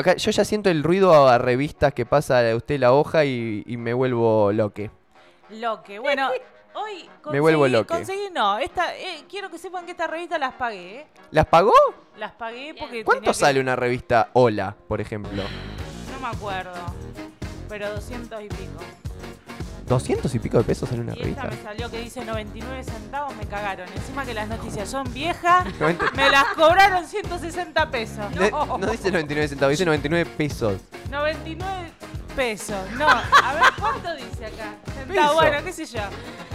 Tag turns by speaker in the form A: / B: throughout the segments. A: acá. Yo ya siento el ruido a revistas que pasa a usted la hoja y, y me vuelvo loque.
B: Loque. Bueno, hoy conseguí,
A: Me vuelvo loque.
B: conseguí- no, esta, eh, quiero que sepan que esta revista las pagué, ¿eh?
A: ¿Las pagó?
B: Las pagué porque. tenía
A: ¿Cuánto
B: que-
A: sale una revista Hola, por ejemplo?
B: No me acuerdo. Pero 200 y pico.
A: ¿200 y pico de pesos sale una
B: Y esta
A: revista?
B: me salió que dice 99 centavos, me cagaron. Encima que las noticias son viejas,
A: Noventa-
B: me las cobraron 160 pesos.
A: No, no dice 99 centavos, dice 99 pesos.
B: 99 pesos. No, a ver cuánto dice acá. Está
A: Peso.
B: bueno, qué sé yo.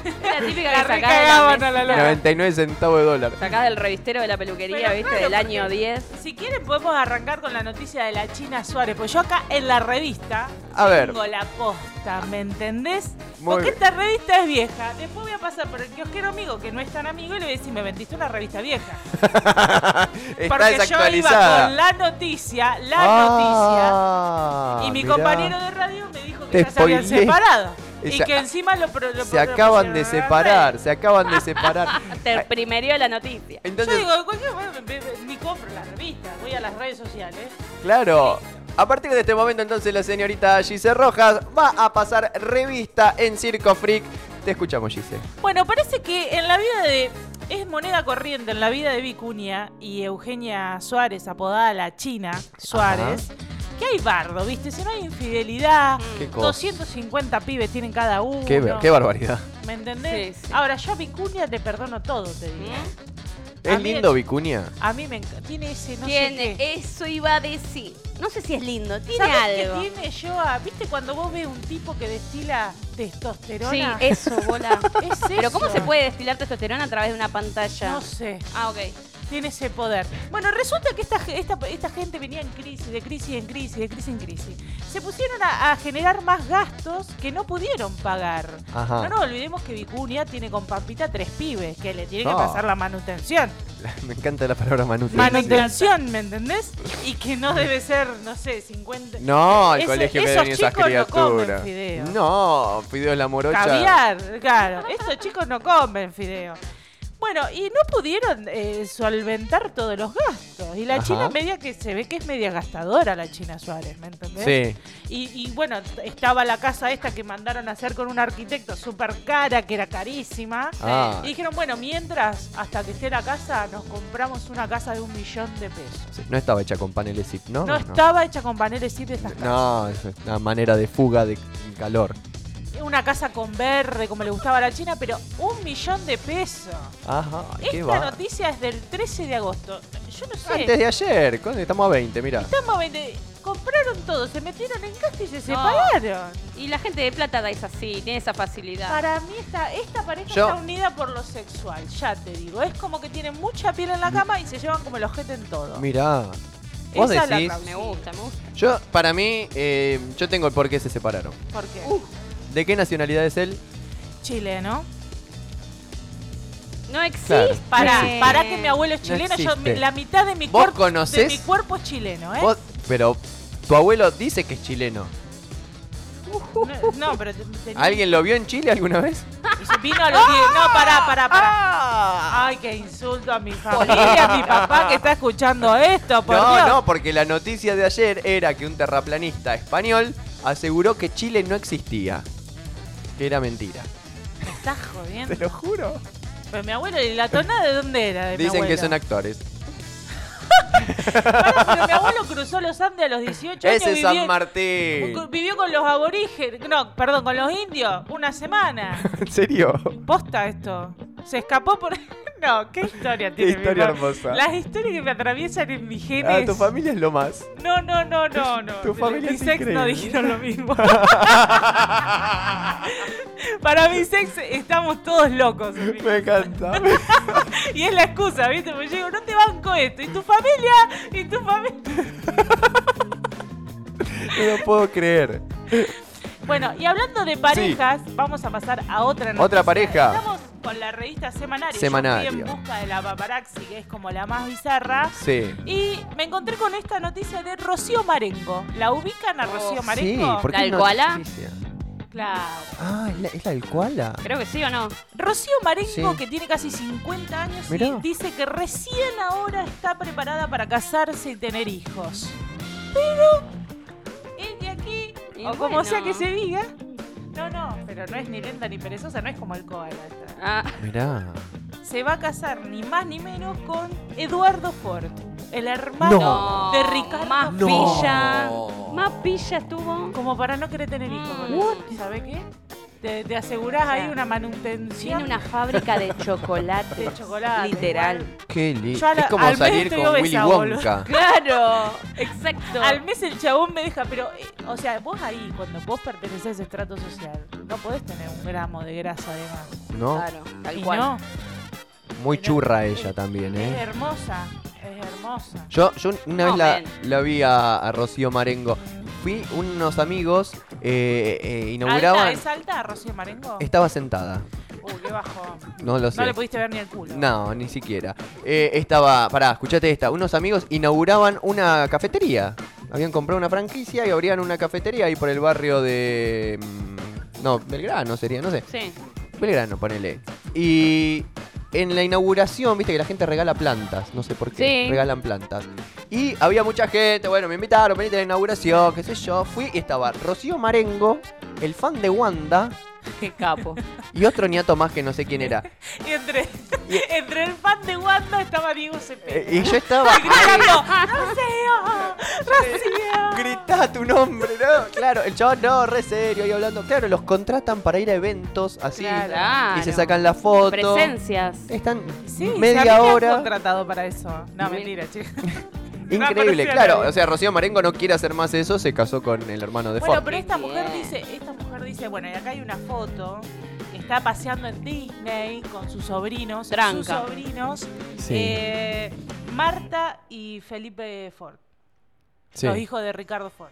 C: Es la típica
B: La
C: que sacás de la
B: recagaban
C: mesa.
B: a la loca.
A: 99 centavos de dólar.
C: Sacás del revistero de la peluquería,
B: Pero
C: viste,
B: claro,
C: del
B: porque-
C: año 10.
B: Si quieren podemos arrancar con la noticia de la China Suárez, pues yo acá en la revista
A: A ver.
B: tengo la posta, ¿me entendés?
A: Muy
B: Porque
A: bien.
B: esta revista es vieja. Después voy a pasar por el kiosquero amigo que no es tan amigo y le voy a decir, me vendiste una revista vieja.
A: Está
B: Porque yo iba con
A: desactualizada.
B: la noticia, la
A: Ah,
B: noticia, y mi
A: mirá.
B: compañero de radio me dijo que
A: Te
B: ya se habían
A: spoileé.
B: separado. Y
A: Se-
B: que encima lo, pro- lo
A: Se acaban
B: promocionaron
A: de
B: en la
A: separar,
B: red.
A: se acaban de separar.
C: Te primerió la
B: Yo
C: noticia.
A: Entonces,
B: digo, en cualquier momento me- me- ni compro la revista, voy a las redes sociales.
A: claro. A partir de este momento, entonces, la señorita Gise Rojas va a pasar revista en Circo Freak. Te escuchamos, Gise.
B: Bueno, parece que en la vida de. Es moneda corriente en la vida de Vicuña y Eugenia Suárez, apodada la China Suárez, que hay bardo, ¿viste? Si no hay infidelidad,
C: Mm.
A: Qué cosa.
B: 250 pibes tienen cada uno.
A: Qué, ver- qué barbaridad.
B: ¿Me entendés?
C: Sí, sí.
B: Ahora, yo a Vicuña te perdono todo, te digo.
C: ¿Mm?
A: ¿Es
B: mí-
A: lindo Vicuña?
B: A mí me encanta. Tiene ese, no
C: Tiene,
B: sé qué.
C: eso iba a decir. No sé si es lindo, tiene
B: ¿Sabés qué
C: algo.
B: tiene yo a- ¿Viste cuando vos ves un tipo que destila
C: Sí,
B: testosterona?
C: eso, bola.
B: es
C: Pero ¿cómo
B: eso.
C: se puede destilar testosterona a través de una pantalla?
B: No sé.
C: Ah, ok.
B: tiene ese poder. Bueno, resulta que esta, ge- esta, esta gente venía en crisis, de crisis en crisis, de crisis en crisis. Se pusieron a, a generar más gastos que no pudieron pagar.
A: Ajá.
B: No nos olvidemos que Vicuña tiene con Pampita tres pibes, que le tiene
A: No.
B: que pasar la manutención.
A: Me encanta la palabra manutención.
B: Manutención, ¿me entendés? Y que no debe ser, no sé, 50...
A: No, el
B: Ese-
A: colegio que
B: esos
A: ven esas
B: chicos no comen
A: criaturas.
B: fideo.
A: No, fideos la morocha.
B: Caviar, claro. Estos chicos no comen fideo. Bueno, y no pudieron eh, solventar todos los gastos. Y la
A: Ajá.
B: China media que se ve que es media gastadora la China Suárez, ¿me entendés?
A: Sí.
B: Y, y bueno, t- estaba la casa esta que mandaron a hacer con un arquitecto súper cara, que era carísima.
A: Ah.
B: Y dijeron, bueno, mientras, hasta que esté la casa, nos compramos una casa de un millón de pesos.
A: Sí, No estaba hecha con paneles zip, ¿no?
B: No, estaba hecha con paneles y de estas casas.
A: No, es una manera de fuga de calor.
B: Una casa con verde, como le gustaba a la China, pero un millón de pesos.
A: Ajá, ay, qué
B: Esta
A: va.
B: noticia es del 13 de agosto. Yo no sé.
A: Antes de ayer, ¿cuándo? estamos a 20, mira.
B: Estamos vende- Compraron todo, se metieron en casa y se
C: No.
B: separaron.
C: Y la gente de plata es así, tiene esa facilidad.
B: Para mí esta, esta pareja
A: Yo-
B: está unida por lo sexual, ya te digo. Es como que tienen mucha piel en la cama y se llevan como el ojete en todo.
A: Mirá. Vos
B: Esa es la
A: decís.
B: causa.
C: Me gusta, me gusta.
A: Yo, para mí, eh, yo tengo el por qué se separaron.
B: ¿Por qué?
C: Uh.
A: ¿De qué nacionalidad es él?
B: ¿Eh? Chileno.
C: No existe.
A: Claro.
B: Pará,
C: Sí.
B: pará que mi abuelo es
A: No
B: chileno. yo-
A: existe.
B: mi- la mitad de mi,
A: ¿Vos
B: cuerpo, de
A: conocés?
B: mi cuerpo es chileno, ¿eh?
A: Vos- pero tu abuelo dice que es chileno.
B: No, no, pero te- tenía-
A: ¿Alguien lo vio en Chile alguna vez?
B: Y se vino a los 10. No, pará, pará,
A: Ah.
B: pará. Ay, qué insulto a mi familia, a mi papá que está escuchando esto, por
A: no,
B: Dios.
A: no, porque la noticia de ayer era que un terraplanista español aseguró que Chile no existía. Que era mentira.
B: Me estás jodiendo.
A: lo juro.
B: Pero mi abuelo, ¿y la tonada de dónde era? De mi
A: Dicen que
B: abuelo?
A: son actores.
B: Pará, pero mi abuelo cruzó los Andes a los 18 años.
A: Ese es
B: vivió,
A: San Martín.
B: cu- vivió con los aborígenes, no, perdón, con los indios, una semana.
A: ¿En serio?
B: Posta esto. Se escapó por. No, qué historia
A: Qué
B: tiene mi
A: historia
B: papá.
A: hermosa.
B: Las historias que me atraviesan en mis genes.
A: Ah, tu familia es lo más.
B: No, no, no, no, no.
A: Tu familia
B: mis
A: es
B: ex no
A: increíble.
B: dijeron lo mismo. Para mis ex estamos todos locos. amigo.
A: Me encanta.
B: Y es la excusa, ¿viste? Porque yo digo, no te banco esto. Y tu familia, y tu familia.
A: No lo puedo creer.
B: Bueno, y hablando de parejas, vamos a pasar a otra noticia.
A: Otra pareja.
B: Estamos con la revista Semanario. Yo
A: Semanario.
B: fui en busca de la paparazzi, que es como la más bizarra.
A: Sí.
B: Y me encontré con esta noticia de Rocío Marengo. ¿La ubican a
C: Oh,
B: Rocío
A: Sí,
B: Marengo?
A: ¿por qué
C: ¿La
A: no
C: Alcoala?
A: noticia?
C: Claro.
A: Ah, ¿es la, es la Alcoala?
C: Creo que sí o no.
B: Rocío Marengo,
A: Sí.
B: que tiene casi 50 años,
A: Mirá.
B: y dice que recién ahora está preparada para casarse y tener hijos. Pero
C: Y
B: o como
C: bueno.
B: sea que se diga. No, no, pero no es ni lenta ni perezosa, no es como el este. koala. esta.
C: Ah,
A: Mirá.
B: Se va a casar ni más ni menos con Eduardo Ford, el hermano
C: no.
B: de Ricardo.
C: Más
A: No.
C: pilla. Más pilla estuvo.
B: Como para no querer tener hijos con
C: What?
B: él. ¿Sabes qué? Te, te asegurás ahí una manutención
C: Tiene una fábrica de chocolate.
B: de chocolate.
C: Literal.
B: igual.
A: Qué lindo.
B: Yo a la-
A: Es como
B: al mes
A: salir
B: estoy
A: con
B: obesa,
A: Willy
B: boludo.
A: Wonka.
C: Claro. Exacto.
B: Al mes el chabón me deja, pero, eh, o sea, vos ahí, cuando vos pertenecés a ese estrato social, no podés tener un gramo de grasa además.
A: ¿No?
C: Claro. Tal
B: Y
C: cual.
B: no,
A: Muy
B: Pero-
A: churra ella también,
B: es
A: ¿eh?
B: hermosa, es hermosa.
A: Yo, yo una
C: No,
A: vez la,
C: ven.
A: la vi a, a Rocío Marengo. Fui unos amigos, eh, eh, inauguraban.
B: Alta, ¿Es alta, Rocío Marengo?
A: Estaba sentada.
B: Uy, qué bajo.
A: No lo sé.
B: No le pudiste ver ni el culo.
A: No, ni siquiera. Eh, estaba, pará, escuchate esta. Unos amigos inauguraban una cafetería. Habían comprado una franquicia y abrían una cafetería ahí por el barrio de. mm, No, Belgrano sería, no sé.
C: Sí.
A: Belgrano, ponele. Y en la inauguración, viste que la gente regala plantas. No sé por qué.
C: Sí.
A: Regalan plantas. Y había mucha gente. Bueno, me invitaron, venite a la inauguración, qué sé yo. Fui y estaba Rocío Marengo, el fan de Wanda.
C: Qué capo.
A: Y otro niato más que no sé quién era.
B: Y entre,
A: Y-
B: entre el fan de Wanda estaba Diego Cepeda.
A: Eh, Y yo estaba.
B: Gritando, ¡Rocío! ¡Rocío!
A: Gritá tu nombre, ¿no? Claro, el chabón, no, re serio, y hablando. Claro, los contratan para ir a eventos así.
C: Claro.
A: Y se sacan la foto.
C: Presencias.
A: Están
B: Sí, si a mí
A: media
B: me han
A: hora.
B: contratado para eso. No, mentira, chicos.
A: Increíble,
B: apareció
A: claro.
B: nadie.
A: O sea, Rocío Marengo no quiere hacer más eso, se casó con el hermano de
B: Bueno,
A: Ford.
B: pero esta mujer
C: Bien.
B: dice, esta mujer dice, bueno, y acá hay una foto que está paseando en Disney con sus sobrinos, sus
C: Tranca.
B: sobrinos, eh, Marta y Felipe Ford,
A: sí.
B: los hijos de Ricardo Ford.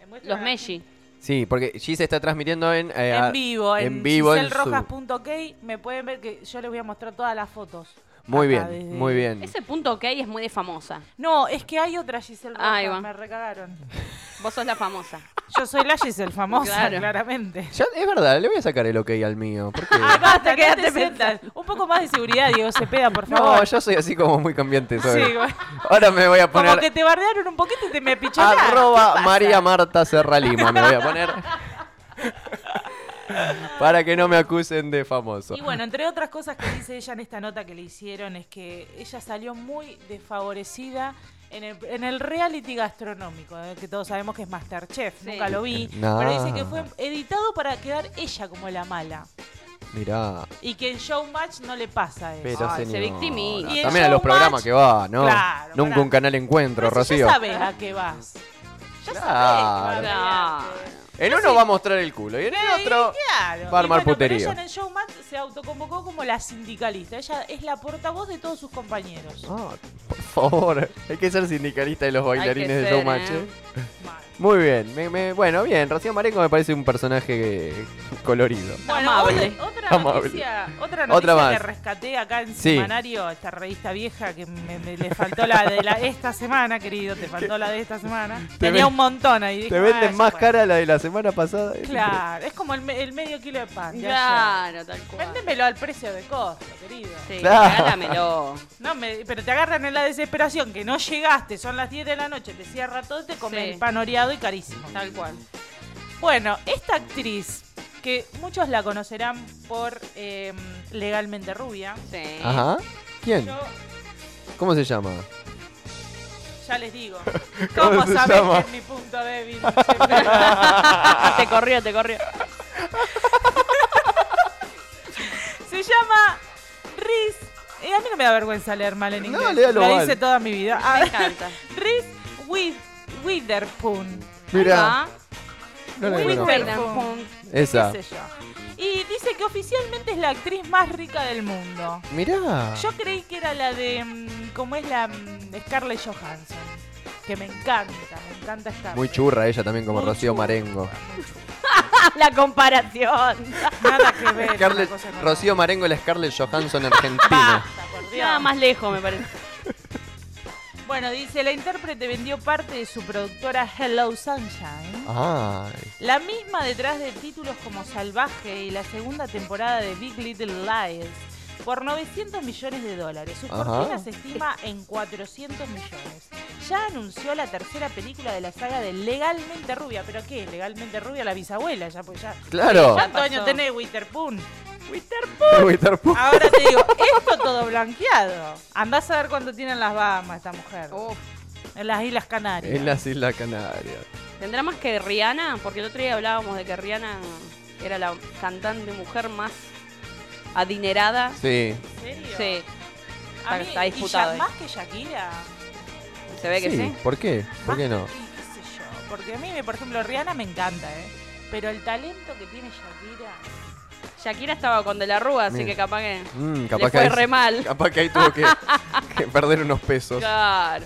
B: ¿Me muestran
C: Los
B: acá?
C: Messi.
A: Sí, porque G se está transmitiendo en. eh, a-
B: En vivo, en,
A: en vivo, en su-
B: giselrojas.ok, me pueden ver que yo les voy a mostrar todas las fotos.
A: Muy bien,
B: Acá, desde-
A: muy bien.
C: Ese punto ok es muy de famosa.
B: No, es que hay otra Giselle
C: Ahí
B: Rojas,
C: va.
B: me recagaron.
C: Vos sos la famosa.
B: Yo soy la Giselle famosa,
C: Claro.
B: claramente.
A: Ya, es verdad, le voy a sacar el ok al mío. Porque...
B: Basta,
C: Te quedaste
B: quédate sentas. Un poco más de seguridad, Diego Cepeda, por favor.
A: no, yo soy así como muy cambiante. sobre-
B: Sí, bueno.
A: Ahora me voy a poner.
B: Como que te bardearon un poquito y te me picharon.
A: Arroba María Marta Serra Lima, me voy a poner. Para que no me acusen de famoso.
B: Y bueno, entre otras cosas que dice ella en esta nota que le hicieron es que ella salió muy desfavorecida en el, en el reality gastronómico, eh, que todos sabemos que es Masterchef,
C: Sí.
B: nunca lo vi,
A: No.
B: pero dice que fue editado para quedar ella como la mala
A: Mirá.
B: y que en Showmatch no le pasa eso.
A: Pero
C: Ay, se
A: señora.
C: victimiza.
B: Y el
A: También a los
B: showmatch-
A: programas que va, ¿no?
B: Claro,
A: Nunca
B: pará.
A: un canal encuentro,
B: Pero si
A: Rocío.
B: Ya sabes a qué vas. Ya
A: Claro.
B: sabes. que va a
C: Claro.
B: pelearte.
A: En uno va a mostrar el culo y en el
B: Sí,
A: otro.
B: claro.
A: va a armar
B: Y bueno,
A: puterío.
B: Pero ella en el Showmatch se autoconvocó como la sindicalista. Ella es la portavoz de todos sus compañeros.
A: Ah, por favor, hay que ser sindicalista de los bailarines de
C: ser,
A: Showmatch.
C: ¿eh?
A: ¿eh?
B: Mal.
A: Muy bien, me- me- bueno, bien. Rocío Marengo me parece un personaje colorido.
B: Bueno,
C: Amable.
B: otra- Otra,
A: Amable.
B: noticia, otra noticia
A: Otra más.
B: que rescaté acá en
A: Sí.
B: Semanario, esta revista vieja que me, me- le faltó la de la esta semana, querido, te faltó la de esta semana.
A: Te
B: Tenía
A: ven-
B: un montón ahí. dije,
A: Te
B: "Ah,
A: venden
B: ya
A: más
B: fue".
A: cara la de la semana pasada.
B: Claro, es como el, me- el medio kilo de pan. de ayer.
C: Claro, tal cual.
B: Véndemelo al precio de costo, querido.
C: Sí,
A: Claro.
C: regálamelo.
B: No, me- pero te agarran en la desesperación que no llegaste, son las 10 de la noche, te cierra todo, te comes
C: Sí.
B: el pan oreado y carísimo.
C: Tal cual.
B: Bueno, esta actriz, que muchos la conocerán por eh, Legalmente Rubia,
C: Sí.
A: Ajá. ¿Quién?
B: yo
A: ¿Cómo se llama?
B: ya les digo,
A: ¿Cómo
B: ¿cómo
A: se
B: sabés
A: llama?
B: que es mi punto débil? Cepeda?
C: te corrió, te corrió.
B: Se llama Riz. eh, a mí no me da vergüenza leer mal en
A: No,
B: inglés.
A: léalo
B: lo
A: mal.
B: hice toda mi vida.
C: Me
B: Ah,
C: encanta.
B: Reese With Witherspoon.
A: Mira,
C: Ah,
A: no la
B: Muy
A: conozco.
B: buena.
A: Esa.
B: qué sé yo. Y dice que oficialmente es la actriz más rica del mundo.
A: Mirá.
B: Yo creí que era la de. mm, ¿Cómo es la mm, Scarlett Johansson? Que me encanta, me encanta Scarlett.
A: Muy churra ella también, como
B: Muy
A: Rocío
B: churra,
A: Marengo.
B: muy churra.
C: Ah, La comparación.
B: Nada que ver.
A: Scarlett-
B: una cosa con la
A: Rocío Marengo es la Scarlett Johansson argentina.
B: otra, por Dios.
C: Nada más lejos, me parece.
B: Bueno, dice: la intérprete vendió parte de su productora Hello Sunshine.
A: Ay.
B: La misma detrás de títulos como Salvaje y la segunda temporada de Big Little Lies, por 900 millones de dólares. Su
A: Ajá.
B: fortuna se estima en 400 millones. Ya anunció la tercera película de la saga de Legalmente Rubia. ¿Pero qué? Legalmente Rubia, la bisabuela, ya pues ya.
A: Claro.
B: ¿Cuántos
C: pasó.
B: años tenés, Winterpoon? Winterpoon.
A: Winterpool.
B: Ahora te digo, esto todo blanqueado. Andás a ver cuánto tienen las Bahamas esta mujer.
C: Uf.
B: En las Islas Canarias.
A: Oh. En las Islas Canarias.
C: ¿Tendrá más que Rihanna? Porque el otro día hablábamos de que Rihanna era la cantante mujer más adinerada.
A: Sí.
B: ¿En serio?
C: Sí,
B: A
C: Está-
B: mí-
C: está
B: y
C: disputado
B: ya-
C: eso.
B: más que Shakira.
C: se ve que sí.
A: ¿Por qué? ¿Por qué no?
B: Más que- qué sé yo, Porque a mí, me- por ejemplo, Rihanna me encanta, ¿eh? Pero el talento que tiene Shakira.
C: Shakira estaba con De la Rúa, así
A: Mira.
C: que capaz que
A: Mm,
C: le
A: capaz, que
C: fue
A: ahí,
C: re mal.
A: capaz que ahí tuvo que, que perder unos pesos.
C: Claro.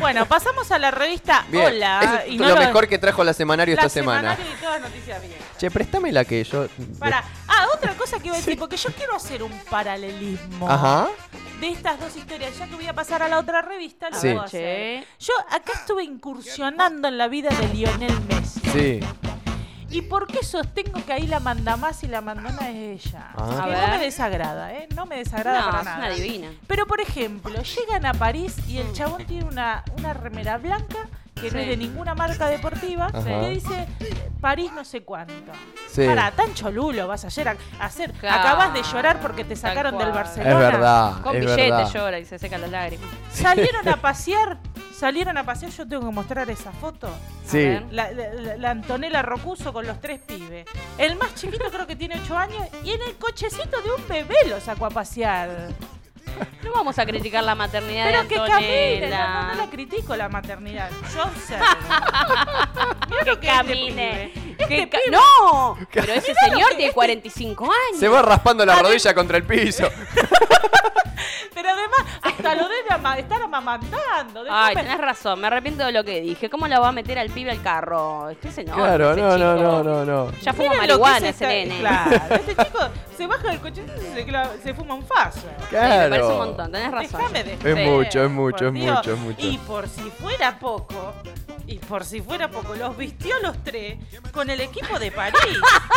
B: Bueno, pasamos a la revista
A: Bien.
B: Hola.
A: Eso
B: y
A: es
B: no
A: lo mejor que trajo la semanario
B: la
A: esta semana.
B: semanario y todas noticias viejas.
A: Che, préstame la que yo.
B: Para. Ah, otra cosa que iba a decir, porque yo quiero hacer un paralelismo
A: Ajá.
B: de estas dos historias. Ya que voy a pasar a la otra revista, lo
A: Sí.
B: puedo hacer.
C: Che.
B: Yo acá estuve incursionando en la vida de Lionel Messi.
A: Sí.
B: ¿Y por qué sostengo que ahí la manda más y la mandona es ella?
A: Ah.
C: A
B: Que
C: ver.
B: no me desagrada, ¿eh? No me desagrada
C: No,
B: para
C: es
B: nada.
C: una divina.
B: Pero, por ejemplo, llegan a París y el chabón tiene una, una remera blanca que no
C: Sí.
B: es de ninguna marca deportiva
A: Ajá.
B: que dice París no sé cuánto.
A: Sí.
B: Para, tan cholulo vas ayer a a hacer.
C: Claro.
B: Acabas de llorar porque te
C: Tal
B: sacaron del
C: cual.
A: Es
B: Barcelona.
A: verdad.
C: Con
A: Ah, es
C: billete
A: verdad.
C: llora y se seca las lágrimas.
B: Salieron a pasear. Salieron a pasear, yo tengo que mostrar esa foto.
A: Sí.
C: ver.
B: La, la- la- la Antonella Rocuso con los tres pibes. El más chiquito creo que tiene 8 años y en el cochecito de un bebé lo sacó a pasear.
C: No vamos a criticar la maternidad
B: Pero
C: de
B: que camine, no, no, no la
C: Antonella.
B: critico la maternidad. Yo observo. Mirá lo
C: que
B: es este
C: camine.
B: pibe.
C: Que ca- ¡No! Pero ese señor
B: que-
C: tiene 45 años.
A: Se va raspando la rodilla contra el piso.
B: Pero además, hasta lo debe ama- estar amamantando. Después
C: Ay,
B: me-
C: tenés razón, me arrepiento de lo que dije. ¿Cómo la va a meter al pibe al carro? Este señor.
A: Claro,
C: ese
A: no, no,
C: chico.
A: no, no, no.
C: Ya fuma
B: Miren lo que
C: marihuana
B: es
C: ese
B: esta-
C: nene.
B: Claro, este chico se baja del cochecito y se, clava- se fuma un faso.
C: Sí, me parece
A: Claro.
C: un montón, tenés razón.
B: Déjame de
A: Es
B: joder,
A: mucho, es mucho,
B: por
A: es
B: Dios.
A: mucho, es mucho.
B: Y por si fuera poco, y por si fuera poco, los vistió los tres con el equipo de París.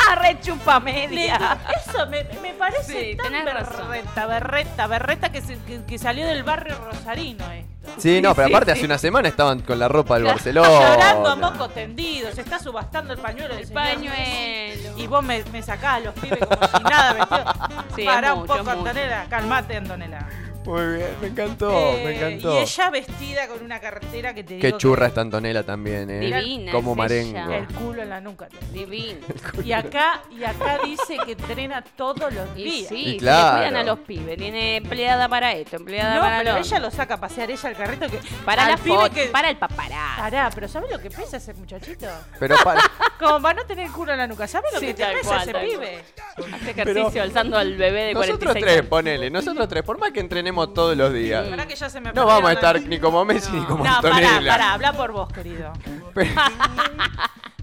C: ¡Ah, re chupa
B: Le-
C: media!
B: eso me, me parece
C: Sí,
B: tan
C: tenés razón.
B: berreta, berreta, berreta que, se- que- que salió del barrio rosarino eh. esto.
A: Sí, no, pero
C: Sí,
A: aparte
C: sí.
A: hace una semana estaban con la ropa del
C: Claro.
A: Barcelona.
B: Llorando a moco tendido, se está subastando el pañuelo del
C: El
B: señor
C: pañuelo.
B: Y vos me, me sacás a los pibes como si nada vestido.
C: Sí, es
B: Pará un
C: mucho,
B: poco,
C: es mucho.
B: Antonella. Calmate, Antonella.
A: Muy bien, me encantó, me
B: Eh,
A: encantó.
B: Y ella vestida con una cartera que te
A: Qué
B: digo
A: churra
B: que-
A: esta Antonella también, ¿eh?
C: Divina,
A: Como
C: es
A: marengo.
C: ella.
B: El culo en la nuca. te digo.
C: Divino.
B: Y acá, y acá dice que entrena todos los
C: Y sí,
B: días.
A: Y
C: se
A: claro.
C: cuidan a los pibes. Tiene empleada para esto, empleada
B: No,
C: para
B: pero
C: lo
B: ella lo saca a pasear ella el carrito que
C: Para
B: al
C: la
B: pibe
C: foto,
B: que-
C: para el paparazzi.
B: Pará, pero ¿sabes lo que pesa ese muchachito?
A: Pero para,
B: Como para no tener el culo en la nuca, ¿sabes lo
C: Sí,
B: que te
C: tal
B: pesa
C: cual,
B: ese
C: tal cual.
B: pibe?
C: Hace ejercicio
A: Pero-
C: alzando al bebé de
A: nosotros
C: 46
A: tres,
C: años.
A: ponele, nosotros tres, por más que entrenemos todos los días.
C: Mm.
B: Pará que ya se me
A: No
B: perdió
A: vamos a
B: la-
A: estar ni como Messi ni como
B: No, pará,
A: Antonella.
B: pará, habla por vos, querido.
A: Pero-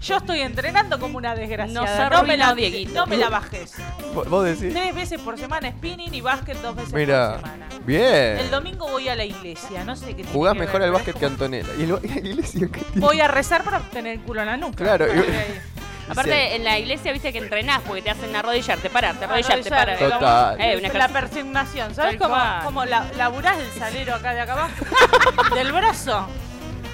B: Yo estoy entrenando como una
C: Nos
B: desgraciada.
C: arruinó
B: No me la,
C: Dieguito.
B: no me la bajes.
A: vos- vos decís,
B: Tres veces por semana spinning y básquet dos veces por
A: mira,
B: semana. El
A: bien.
B: domingo voy a la iglesia, no sé qué tiene
A: Jugás
B: que
A: mejor al
B: ver, pero
A: básquet
B: es
A: que
B: como-
A: Antonella. Y el, y el Iglesia, ¿qué tiene?
B: Voy a rezar para obtener el culo en la nuca.
A: Claro, y-
B: Ahí.
C: Aparte, en la iglesia viste que entrenás porque te hacen arrodillarte, pararte, arrodillarte,
B: Arrodillarte,
C: pararte.
A: Total. parar.
B: como-
C: Eh, una
B: la
C: ejercicio.
B: persignación. ¿Sabes
C: Tal
B: cómo,
C: cual.
B: cómo la, laburás el salero acá de acá abajo? Del brazo.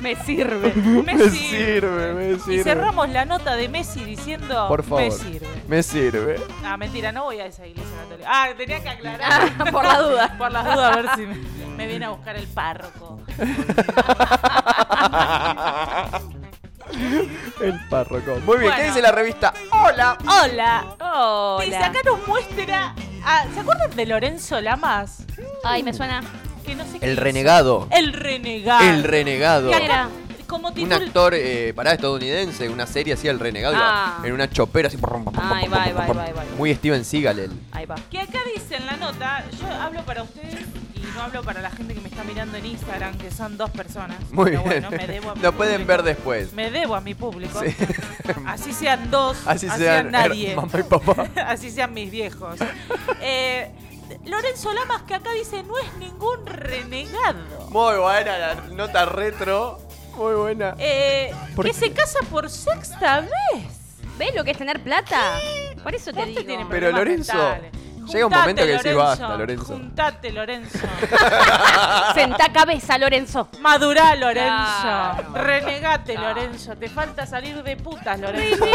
C: Me sirve.
B: Me
A: Me
B: sirve.
A: sirve, me
B: Y
A: sirve.
B: cerramos la nota de Messi diciendo
A: Por favor.
B: me sirve.
A: Me sirve.
B: Ah, mentira, no voy a esa iglesia católica. Ah, tenía que aclarar.
C: Ah, Por la duda.
B: Por las dudas, a ver si me, me viene a buscar el párroco.
A: El párroco. Muy bien, ¿qué
B: Bueno.
A: dice la revista? Hola.
B: Hola.
C: Hola.
B: Dice, acá nos muestra. a- ¿Se acuerdan de Lorenzo Lamas?
C: Ay, me suena.
B: Que no sé qué
A: El
B: hizo.
A: renegado.
B: El renegado.
A: El renegado.
B: Que acá,
C: Era.
B: Como
A: Un
B: título.
A: actor eh, pará estadounidense, una serie así, El Renegado, iba
C: Ah.
A: en una chopera así. pum, pum, pum,
C: Ahí
A: pum,
C: va,
A: pum,
C: ahí va,
A: pum,
C: ahí va,
A: pum.
C: ahí va.
A: Muy Steven Seagal él.
C: Ahí va.
B: Que acá dice en la nota, yo hablo para ustedes y no hablo para la gente que me está mirando en Instagram, que son dos personas.
A: Muy
B: Pero
A: bien.
B: bueno, me debo a mi
A: Lo pueden
B: público.
A: ver después.
B: Me debo a mi público.
A: Sí.
B: Así sean dos,
A: Así sean her-
B: nadie.
A: mamá y papá.
B: Así sean mis viejos. Eh, Lorenzo Lamas, que acá dice, no es ningún renegado.
A: Muy buena la nota retro. Muy buena.
B: Eh,
A: ¿Por
B: que
A: qué?
B: se casa por sexta vez.
C: ¿Ves lo que es tener plata? Por eso te
B: Este
C: digo.
B: tiene
A: Pero
B: problemas
A: Lorenzo,
B: mentales.
A: Llega un momento que decís,
B: Lorenzo,
A: basta, Lorenzo.
B: Juntate, Lorenzo.
C: Sentá cabeza, Lorenzo.
B: Madurá, Lorenzo.
C: Claro.
B: Renegate,
C: Claro.
B: Lorenzo. Te falta salir de putas, Lorenzo.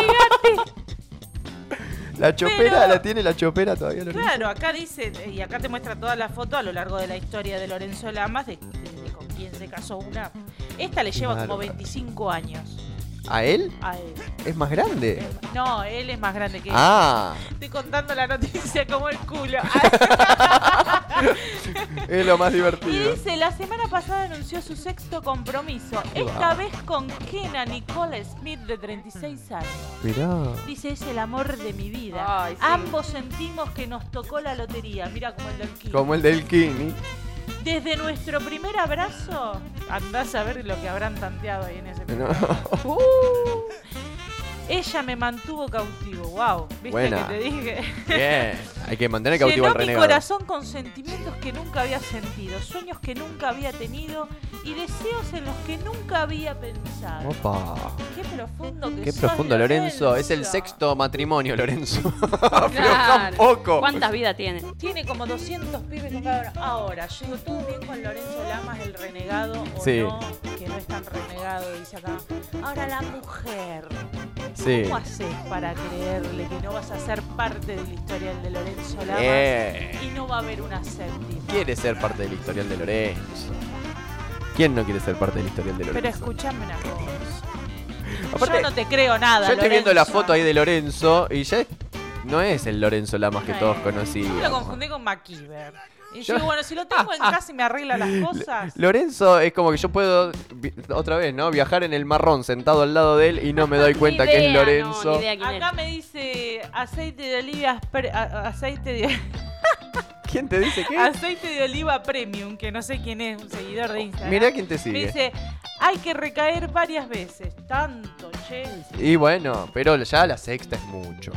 A: La chopera,
B: Pero-
A: la tiene la chopera todavía. Lorenzo.
B: Claro, acá dice, y acá te muestra toda la foto a lo largo de la historia de Lorenzo Lamas, de, de- de con quién se casó una. Esta le lleva
A: Claro.
B: como 25 años
A: ¿A él?
B: a él.
A: ¿Es más grande?
B: No, él es más grande que él.
A: Eh. Ah,
B: Estoy contando la noticia como el culo.
A: es lo más
B: Y
A: divertido.
B: dice, la semana pasada anunció su sexto compromiso, esta
A: Wow.
B: vez con Kena Nicole Smith de 36 años.
A: Mirá.
B: Dice, es el amor de mi vida.
C: Ay, sí.
B: Ambos sentimos que nos tocó la lotería. Mira como el del Kino.
A: Como el del Kini.
B: Desde nuestro primer abrazo, andás a ver lo que habrán tanteado ahí en ese
A: No.
B: programa. Uh, ella me mantuvo cautivo, wow. ¿Viste
A: Buena.
B: que te dije?
A: Bien. Hay que mantener cautivo
B: Llenó
A: al
B: mi
A: renegado.
B: corazón con sentimientos que nunca había sentido, sueños que nunca había tenido y deseos en los que nunca había pensado.
A: Opa.
B: Qué profundo que
A: Oh. Qué
B: sos,
A: profundo, Lorenzo. Es el sexto matrimonio, Lorenzo. Ah, Pero
C: Claro.
A: tampoco.
C: ¿Cuántas vidas tiene?
B: Tiene como 200 pibes con cada uno. Ahora, yo digo, todo bien con Lorenzo Lamas, el renegado o
A: Sí.
B: no, que no es tan renegado, dice acá. Ahora la mujer.
A: Sí.
B: ¿Cómo haces para creerle que no vas a ser parte del historial de Lorenzo Lamas
A: Bien.
B: y no va a haber una séptima?
A: Quiere ser parte del historial de Lorenzo. ¿Quién no quiere ser parte del historial de
B: Pero
A: Lorenzo?
B: escúchame una cosa.
A: Aparte,
B: yo no te creo nada.
A: Yo estoy viendo la
B: Lorenzo.
A: foto ahí de Lorenzo y ya es- no es el Lorenzo Lamas que
B: No
A: todos
B: es.
A: conocíamos.
B: Yo lo confundí con MacGyver. Y yo
A: Yo-
B: digo, bueno, si lo tengo en casa y me arregla las cosas.
A: Lorenzo es como que yo puedo, vi- otra vez, ¿no? Viajar en el marrón sentado al lado de él y no me doy cuenta
C: Ni
A: que es
C: idea, no,
A: Lorenzo.
C: ni idea quién es.
B: Acá me dice aceite de oliva pre- a- aceite de
A: ¿Quién te dice qué?
B: aceite de oliva premium, que no sé quién es, un seguidor de Instagram.
A: Mirá quién te
B: me
A: sigue.
B: dice, hay que recaer varias veces, tanto, che.
A: Y bueno, pero ya la sexta es mucho.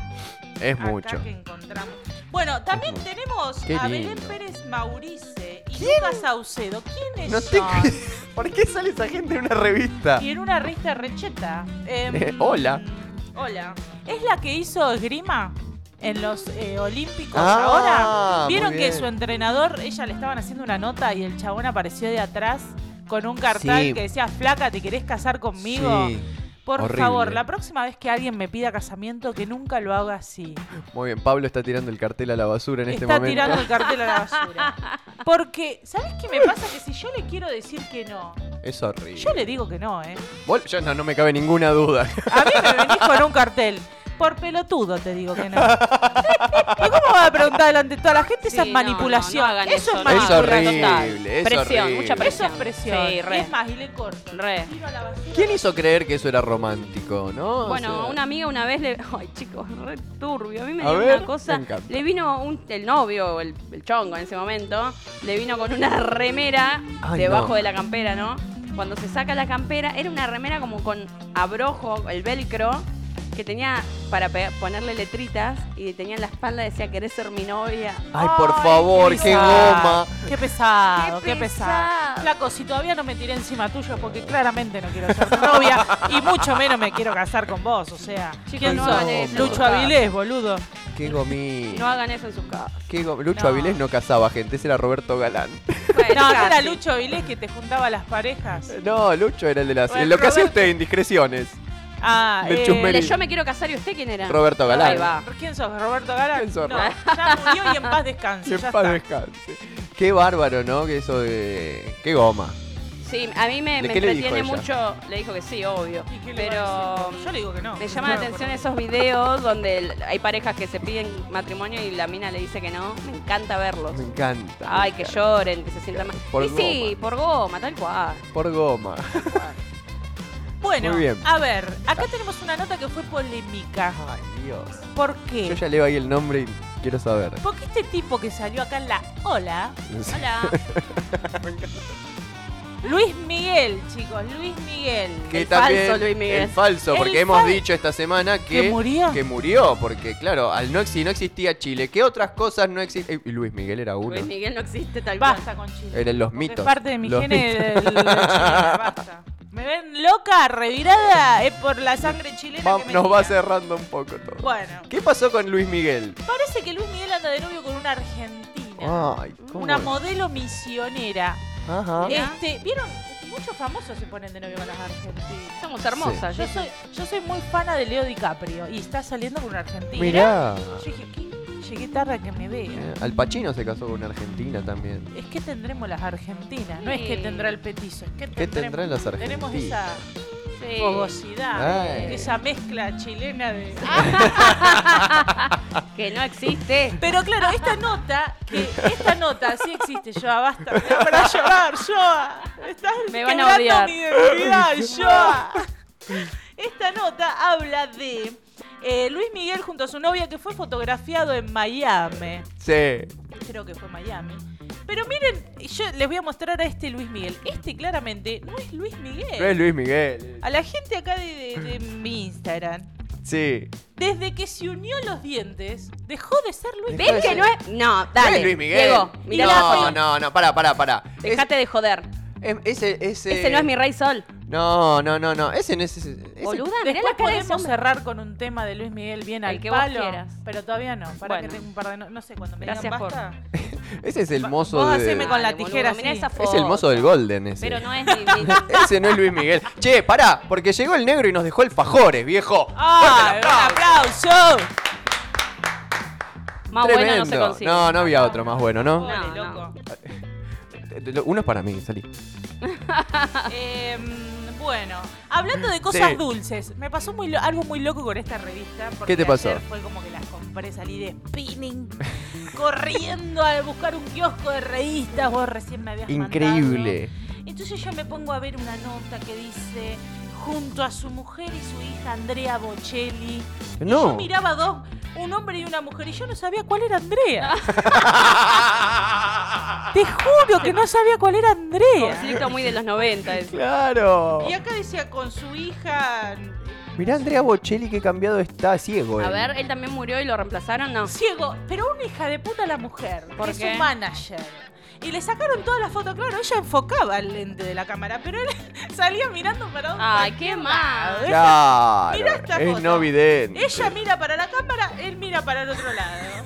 A: Es
B: Acá
A: mucho.
B: que encontramos. Bueno, también
A: mucho.
B: tenemos
A: Qué
B: a Belén
A: lindo.
B: Pérez Maurice y Lucas Saucedo. ¿Quiénes
A: No te
B: son?
A: cre- ¿Por qué sale esa gente en una revista?
B: Y en una revista recheta. Em,
A: Eh, hola.
B: Hola. ¿Es la que hizo esgrima en los eh, Olímpicos
A: Ah,
B: ahora?
A: muy
B: ¿Vieron que
A: bien.
B: su entrenador, ella le estaban haciendo una nota y el chabón apareció de atrás con un cartel
A: Sí.
B: que decía, flaca, ¿te querés casar conmigo?
A: Sí.
B: Por
A: horrible.
B: favor, la próxima vez que alguien me pida casamiento, que nunca lo haga así.
A: Muy bien, Pablo está tirando el cartel a la basura en este
B: Está
A: momento.
B: tirando el cartel a la basura. Porque, ¿sabes qué me pasa? Que si yo le quiero decir que no,
A: Es horrible.
B: yo le digo que no, ¿eh?
A: Vol- yo no, no me cabe ninguna duda.
B: A mí me venís con un cartel. Por pelotudo te digo que no. ¿Y cómo vas a preguntar delante de toda la gente esa
C: Sí, no,
B: manipulación?
C: no, no hagan
B: eso,
C: eso,
B: es
C: no.
A: es
C: Ah,
A: horrible,
B: manipulación.
C: total.
A: es
C: Presión,
A: horrible.
C: mucha presión.
B: Eso es presión.
C: Sí, re.
B: Y es más, y le corto.
C: Re.
B: Tiro a la basura.
A: ¿Quién hizo creer que eso era romántico, no? O
C: Bueno,
A: sea,
C: una amiga una vez le. Ay, chicos, re turbio. A mí me
A: A
C: dio
A: ver,
C: una cosa.
A: me encanta.
C: Le vino un, el novio, o el, el chongo en ese momento, le vino con una remera
A: Ay,
C: debajo
A: no.
C: de la campera, ¿no? Cuando se saca la campera, era una remera como con abrojo, el velcro, que tenía para pe- ponerle letritas y tenía en la espalda, decía, ¿querés ser mi novia?
A: Ay, por
B: Ay,
A: favor,
B: qué
A: qué goma.
B: Qué pesado,
C: Qué
B: Ah, qué pesado.
C: pesado.
B: Flaco, si todavía no me tiré encima tuyo porque claramente no quiero ser tu novia y mucho menos me quiero casar con vos, o sea.
C: Chicos,
B: ¿Quién
A: no
B: sos?
A: hagan eso,
B: Lucho
C: por favor.
B: Avilés, boludo.
A: Qué gomí.
C: No hagan eso en sus casas.
A: Qué go- Lucho
B: No.
A: Avilés no casaba gente, ese era Roberto Galán.
B: No, ¿no era
C: casi.
B: Lucho Avilés que te juntaba las parejas.
A: No, Lucho era el de las...
B: Bueno,
A: lo que hacía
B: Roberto-
A: usted en discreciones.
B: Ah,
A: De
B: eh,
A: Chusmerín.
C: Le- Yo me quiero casar y usted quién era.
A: Roberto Galán.
C: Ah, Ahí va.
B: ¿Quién sos? ¿Roberto Galán?
A: ¿Quién sos,
B: no,
A: Roberto?
B: ya murió y en paz descanse.
A: Que en
B: ya
A: paz
B: está.
A: descanse. Qué bárbaro, ¿no? Que eso de... Qué goma.
C: Sí, a mí me,
A: ¿De
C: me
A: qué le dijo
C: entretiene
A: ella?
C: mucho. Le dijo que sí, obvio.
B: ¿Y qué le va a
C: Pero
B: decir? Yo le digo que no.
C: me llama la
B: No,
C: atención
B: por-
C: esos videos donde el- hay parejas que se piden matrimonio y la mina le dice que no. Me encanta verlos.
A: Me encanta.
C: Ay, que lloren, que se sientan mal.
A: Por
C: y sí, por goma, tal cual.
A: Por goma.
B: Bueno,
A: Muy bien.
B: a ver, acá tenemos una nota que fue polémica.
A: Ay, Dios.
B: ¿Por
A: Yo
B: qué?
A: ya leo ahí el nombre y quiero saber.
B: Porque este tipo que salió acá en la ola,
C: Hola.
B: Luis Miguel, chicos, Luis Miguel.
A: Que
C: El
A: también-
C: falso Luis Miguel.
A: El falso,
B: El
A: porque hemos
B: fal-
A: dicho esta semana que,
B: ¿Que murió?
A: que murió, porque claro, al no, si no existía Chile, ¿qué otras cosas no existían? Y Luis Miguel era uno.
C: Luis Miguel no existe tal cual.
B: Basta con Chile.
A: Eran los
B: Porque
A: mitos.
B: Es parte de mi
A: Los
B: gene del- del- del- basta. Me ven loca, revirada, es por la sangre chilena.
A: Va-
B: que me
A: nos
B: tira.
A: va cerrando un poco todo.
B: Bueno,
A: ¿Qué pasó con Luis Miguel?
B: parece que Luis Miguel anda de novio con una argentina.
A: Ay, ¿cómo
B: una
A: es? ¿Ah?
B: modelo misionera.
A: Ajá.
C: Mirá.
B: Este, ¿Vieron? Muchos famosos se ponen de novio con las argentinas.
C: Somos hermosas.
B: Yo
C: Jessy.
B: soy, yo soy muy fana de Leo DiCaprio y está saliendo con una argentina.
A: Mirá.
B: Yo dije, ¿qué? Llegué tarde a que me vea.
A: Eh, Al Pacino se casó con una argentina también.
B: Es que tendremos las argentinas, no es que
C: Sí.
B: tendrá el petizo, es que
A: ¿Qué tendrán las
B: tenemos
A: argentinas?
B: esa
C: Sí.
B: fogosidad,
A: Ay.
B: esa mezcla chilena de...
C: Que no existe.
B: Pero claro, esta nota, que esta nota sí existe, Joa, basta, me da para llorar, Joa. Estás
C: Me van a
B: quebrando
C: odiar.
B: mi identidad, Joa. Esta nota habla de eh, Luis Miguel junto a su novia que fue fotografiado en Miami.
A: Sí.
B: Creo que fue Miami. Pero miren, yo les voy a mostrar a este Luis Miguel. Este claramente no es Luis
A: No es
B: Miguel.
A: Luis Miguel.
B: A la gente acá de- de- de mi Instagram.
A: Sí.
B: Desde que se unió los dientes, dejó de ser Luis
C: ¿Ves que no es? No, dale.
A: ¿No es Luis Miguel?
C: Diego, mirá la
A: no,
C: foto.
A: no, no, pará, pará, pará. Es-
C: Dejate de joder.
A: em, ese, ese...
C: Ese no es mi rey sol.
A: No, no, no, no. Ese no es... Ese, ese-
C: Boluda, mirá
B: Después
C: la cara de ese
B: podemos
C: hombre.
B: cerrar con un tema de Luis Miguel bien
C: El
B: al
C: que vos
B: palo,
C: quieras.
B: pero todavía no, para
C: Bueno.
B: que tenga un par de no, no sé cuando me
C: Gracias
B: digan
C: por-
B: basta.
A: ese es el
B: Va-
A: mozo
B: vos
A: de...
B: haceme con la
C: Dale,
B: tijera
C: boludo, mirá
B: así.
C: esa foto.
A: Es el mozo del Golden ese.
C: Pero no es ni- ni-
A: Ese no es Luis Miguel. Che, pará, porque llegó el negro y nos dejó el fajores, viejo.
B: ¡Ah!
A: Fuerte el
B: ¡Un
A: aplauso.
B: aplauso!
C: Más bueno no se
A: Tremendo.
C: consigue.
A: no, no había otro más bueno, ¿no?
B: Pobre
C: No, no.
B: loco.
A: Uno es para mí, salí.
B: Eh, bueno, hablando de cosas
A: Sí.
B: dulces, me pasó muy lo- algo muy loco con esta revista. Porque
A: ¿Qué te pasó?
B: ayer fue como que las compré, salí de spinning, corriendo a buscar un kiosco de revistas. Vos recién me habías mandado.
A: Increíble.
B: Entonces yo me pongo a ver una nota que dice junto a su mujer y su hija Andrea Bocelli. Yo
A: No.
B: miraba dos, un hombre y una mujer, y yo no sabía cuál era Andrea. Te juro que no sabía cuál era Andrea.
C: Conflicto muy de los 90. ese.
A: Claro.
B: Y acá decía con su hija eh,
A: Mirá Andrea Bocelli que cambiado está ciego. eh.
C: A
A: él.
C: ver, él también murió y lo reemplazaron, no.
B: ciego, pero una hija de puta la mujer,
C: ¿Por
B: que es
C: qué?
B: su manager. Y le sacaron todas las fotos, claro, ella enfocaba el lente de la cámara, pero él salía mirando para donde
C: Ay, qué mal.
A: Claro.
B: Mirá esta
A: es
B: foto.
A: no vidente.
B: Ella mira para la cámara, él mira para el otro lado.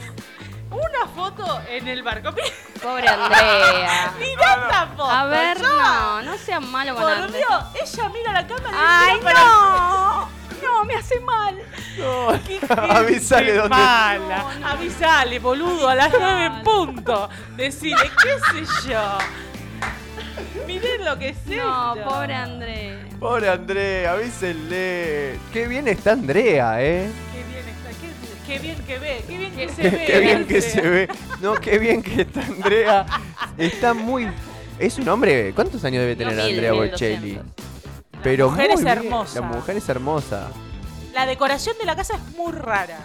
B: Una foto en el barco. Mirá
C: Pobre
A: Ah,
C: Andrea.
B: esta foto.
C: A ver,
B: yo.
C: no, no sean malo con
B: Por
C: Andrea.
B: Dios, ella mira la cámara.
C: Ay,
B: y mira para
C: no. No, me hace mal.
A: No.
B: Qué
A: Avisale
B: gente
A: dónde-
B: Mala.
C: No, no.
B: Avisale, boludo, a las nueve en
C: Avisale.
B: punto. Decile, qué sé yo. Miren lo que es
C: No,
B: esto.
C: pobre Andrea.
A: Pobre Andrea, avísenle. Qué bien está Andrea, eh.
B: Qué bien, está, qué, qué bien que ve, qué bien que se ve.
A: Qué bien que
B: Andrea.
A: se ve. No, qué bien que está Andrea. Está muy. Es un hombre. ¿Cuántos años debe tener
C: No, mil,
A: Andrea
C: mil
A: Bocelli?
C: doscientos.
A: Pero
B: mujer
A: muy
B: es
A: bien.
B: hermosa.
A: La mujer es hermosa.
B: La decoración de la casa es muy rara.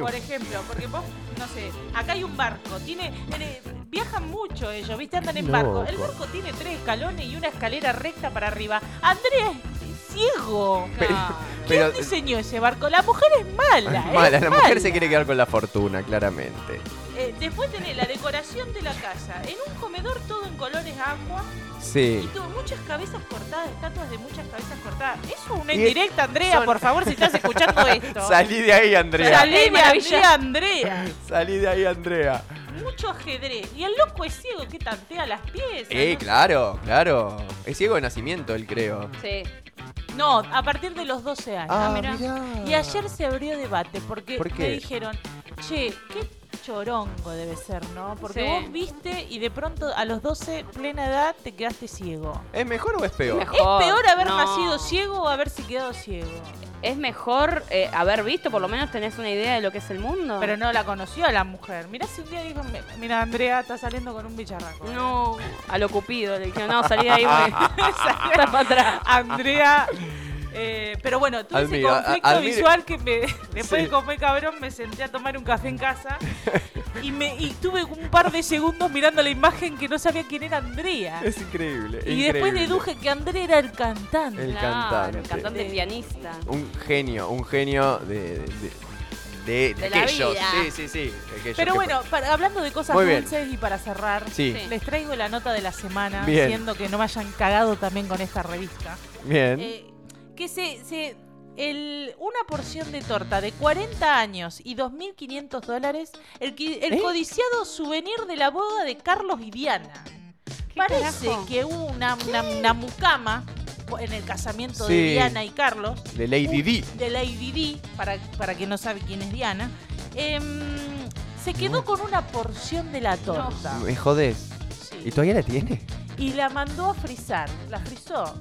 B: Por ejemplo, porque vos, no sé, acá hay un barco, tiene, tiene- viajan mucho ellos, ¿viste? Andan en barco. El
A: Loco.
B: barco tiene tres escalones y una escalera recta para arriba. Andrés, ciego.
C: No.
B: ¿Quién
A: Pero eh,
B: diseñó ese barco? La mujer es mala. es
A: mala, la mujer se
B: mala.
A: quiere quedar con la fortuna, claramente.
B: Eh, después tenés la decoración de la casa. En un comedor todo en colores agua y
A: Sí.
B: tuvo muchas cabezas cortadas, estatuas de muchas cabezas cortadas. Eso es una
A: Y-
B: indirecta, Andrea,
A: son-
B: por favor, si estás escuchando esto.
A: Salí de ahí, Andrea.
B: Salí de
C: Maravilla.
B: Andrea, Andrea.
A: Salí de ahí, Andrea.
B: Mucho ajedrez. Y el loco es ciego que tantea las piezas.
A: Eh,
B: ¿no?
A: claro, claro. Es ciego de nacimiento, él creo.
C: Sí.
B: No, a partir de los 12 años.
A: Ah,
C: mirá.
A: mirá.
B: Y ayer se abrió debate porque
A: ¿Por qué?
B: me dijeron, che, qué chorongo debe ser, ¿no? Porque
C: Sí.
B: vos viste y de pronto a los 12, plena edad, te quedaste ciego.
A: ¿Es mejor o es peor?
C: Mejor.
B: ¿Es peor haber
C: Oh, no.
B: nacido ciego o haberse quedado ciego?
C: Es mejor eh, haber visto, por lo menos tenés una idea de lo que es el mundo.
B: Pero no la conoció a la mujer. Mirá si un día dijo, mira, Andrea está saliendo con un bicharraco.
C: No, a lo cupido. Le dijeron, no, salí de ahí, güey. Está para atrás.
B: Andrea. eh, pero bueno, tuve
A: Admiro, a-
B: ese conflicto
A: admiro.
B: visual que me, después
A: Sí.
B: de comer cabrón me senté a tomar un café en casa y, me, y tuve un par de segundos mirando la imagen que no sabía quién era Andrea.
A: Es increíble.
B: Y después
A: increíble.
B: deduje que Andrea era el cantante.
A: El
C: Claro,
A: cantante.
C: El cantante pianista.
A: Un genio, un genio de, de- de- de,
C: De la
A: aquellos.
C: vida.
A: Sí, sí, sí. de aquellos
B: Pero
A: que-
B: bueno, para- hablando de cosas
A: Muy bien.
B: dulces y para cerrar,
A: Sí,
C: Sí.
B: les traigo la nota de la semana,
A: Bien.
B: diciendo que no me hayan cagado también con esta revista.
A: bien.
B: Eh, que se, se- el, una porción de torta de 40 años y 2.500 dólares, el, qui- el
A: ¿Eh?
B: codiciado souvenir de la boda de Carlos y Diana. Parece
C: carajo?
B: que hubo una, una, una mucama en el casamiento
A: Sí.
B: de Diana y Carlos,
A: De Lady D.
B: de Lady D, para, para que no sabe quién es Diana, em, se quedó con una porción de la torta.
A: Me jodés.
B: Sí
A: ¿Y todavía la tiene?
B: y la mandó a frizar, la frizó.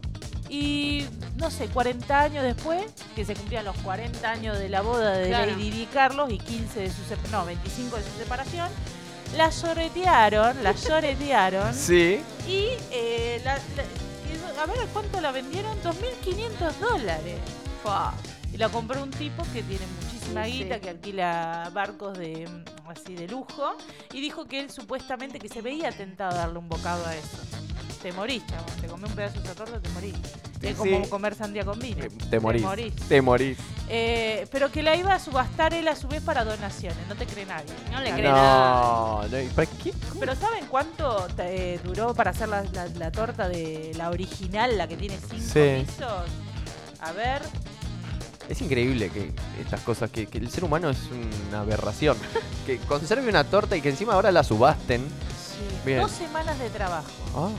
B: Y no sé, 40 años después, que se cumplían los 40 años de la boda de
C: Claro.
B: Lady Di Carlos y 15 de su sep- no, 25 de su separación, la lloretearon, la lloretearon
A: Sí.
B: y eh, la- la- a ver a cuánto la vendieron, 2.500 dólares.
C: Fua.
B: Y la compró un tipo que tiene muchísima
C: Sí, sí.
B: guita, que alquila barcos de mm, así de lujo, y dijo que él supuestamente que se veía tentado a darle un bocado a eso. Te morís, chabón, te comí un pedazo de esa torta, te morís.
A: Sí,
B: es como
A: sí.
B: comer sandía con vino.
A: Te morís.
B: morís.
A: Te morís.
B: Eh, pero que la iba a subastar él a su vez para donaciones, no te cree nadie.
C: No le
B: Claro.
A: No, no.
C: cree
A: ¿y ¿Para qué?
B: Pero ¿saben cuánto te- eh, duró para hacer la, la- la torta de la original, la que tiene cinco
A: Sí.
B: pisos? A ver,
A: Es increíble que estas cosas, que, que el ser humano es una aberración. que conserve una torta y que encima ahora la subasten. Bien.
B: dos semanas de trabajo.
A: Ah,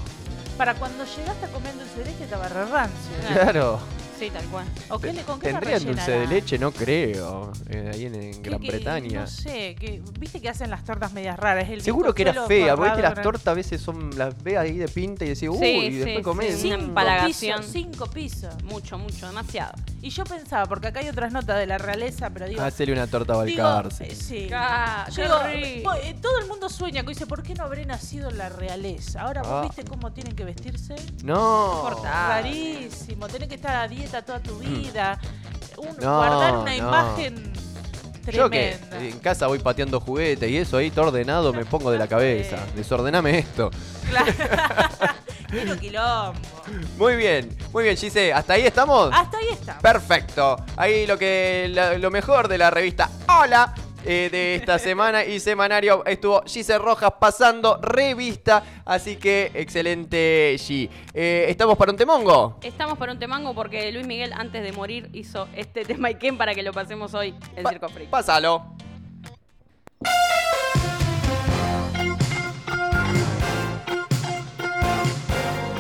B: Para cuando llegaste a comer dulce de leche estaba re rancio.
C: Claro.
A: claro.
C: Sí, tal cual.
B: ¿O qué le- con qué la
A: ¿Tendrían dulce de
B: rellenará?
A: leche? No creo. eh, ahí en, en
B: ¿Qué-
A: Gran
B: qué-
A: Bretaña.
B: No sé, que, viste que hacen las tortas medias raras. El
A: Seguro que era
B: bizcochuelo
A: fea, porque
B: forrado
A: viste, las
B: con-
A: tortas a veces son, las veas ahí de pinta y decís, uy,
C: Sí,
A: y
C: sí,
A: después comés.
C: sí, una
A: mm,
C: empalagada.
B: Piso,
C: Palagación.
B: cinco pisos.
C: Mucho, mucho, demasiado.
B: Y yo pensaba, porque acá hay otras notas de la realeza, pero digo.
A: Hacele una torta a
B: digo,
A: Balcarce.
B: eh, sí.
C: Ah,
B: Yo
C: qué
B: digo,
C: rico.
B: po- eh, todo el mundo sueña, que dice, ¿por qué no habré nacido en la realeza? Ahora vos
A: Ah.
B: viste cómo tienen que vestirse.
A: No.
C: Cortá. Ah.
B: Rarísimo, tenés que estar a dieta toda tu vida. Un-
A: No,
B: guardar una
A: no.
B: imagen
A: Yo que
B: tremenda.
A: en casa voy pateando juguetes y eso ahí todo ordenado me pongo de la cabeza.
B: Sí.
A: Desordename esto.
B: Claro. Quiero quilombo.
A: Muy bien, muy bien, Gise. ¿Hasta ahí estamos?
B: Hasta ahí está.
A: Perfecto. Ahí lo que la- lo mejor de la revista Hola eh, de esta semana y semanario estuvo Gise Rojas pasando revista. Así que excelente, G. Eh, ¿Estamos para un temongo?
C: Estamos para un temango porque Luis Miguel antes de morir hizo este tema Iken para que lo pasemos hoy en
A: Pa-
C: Circo Freak.
A: Pásalo.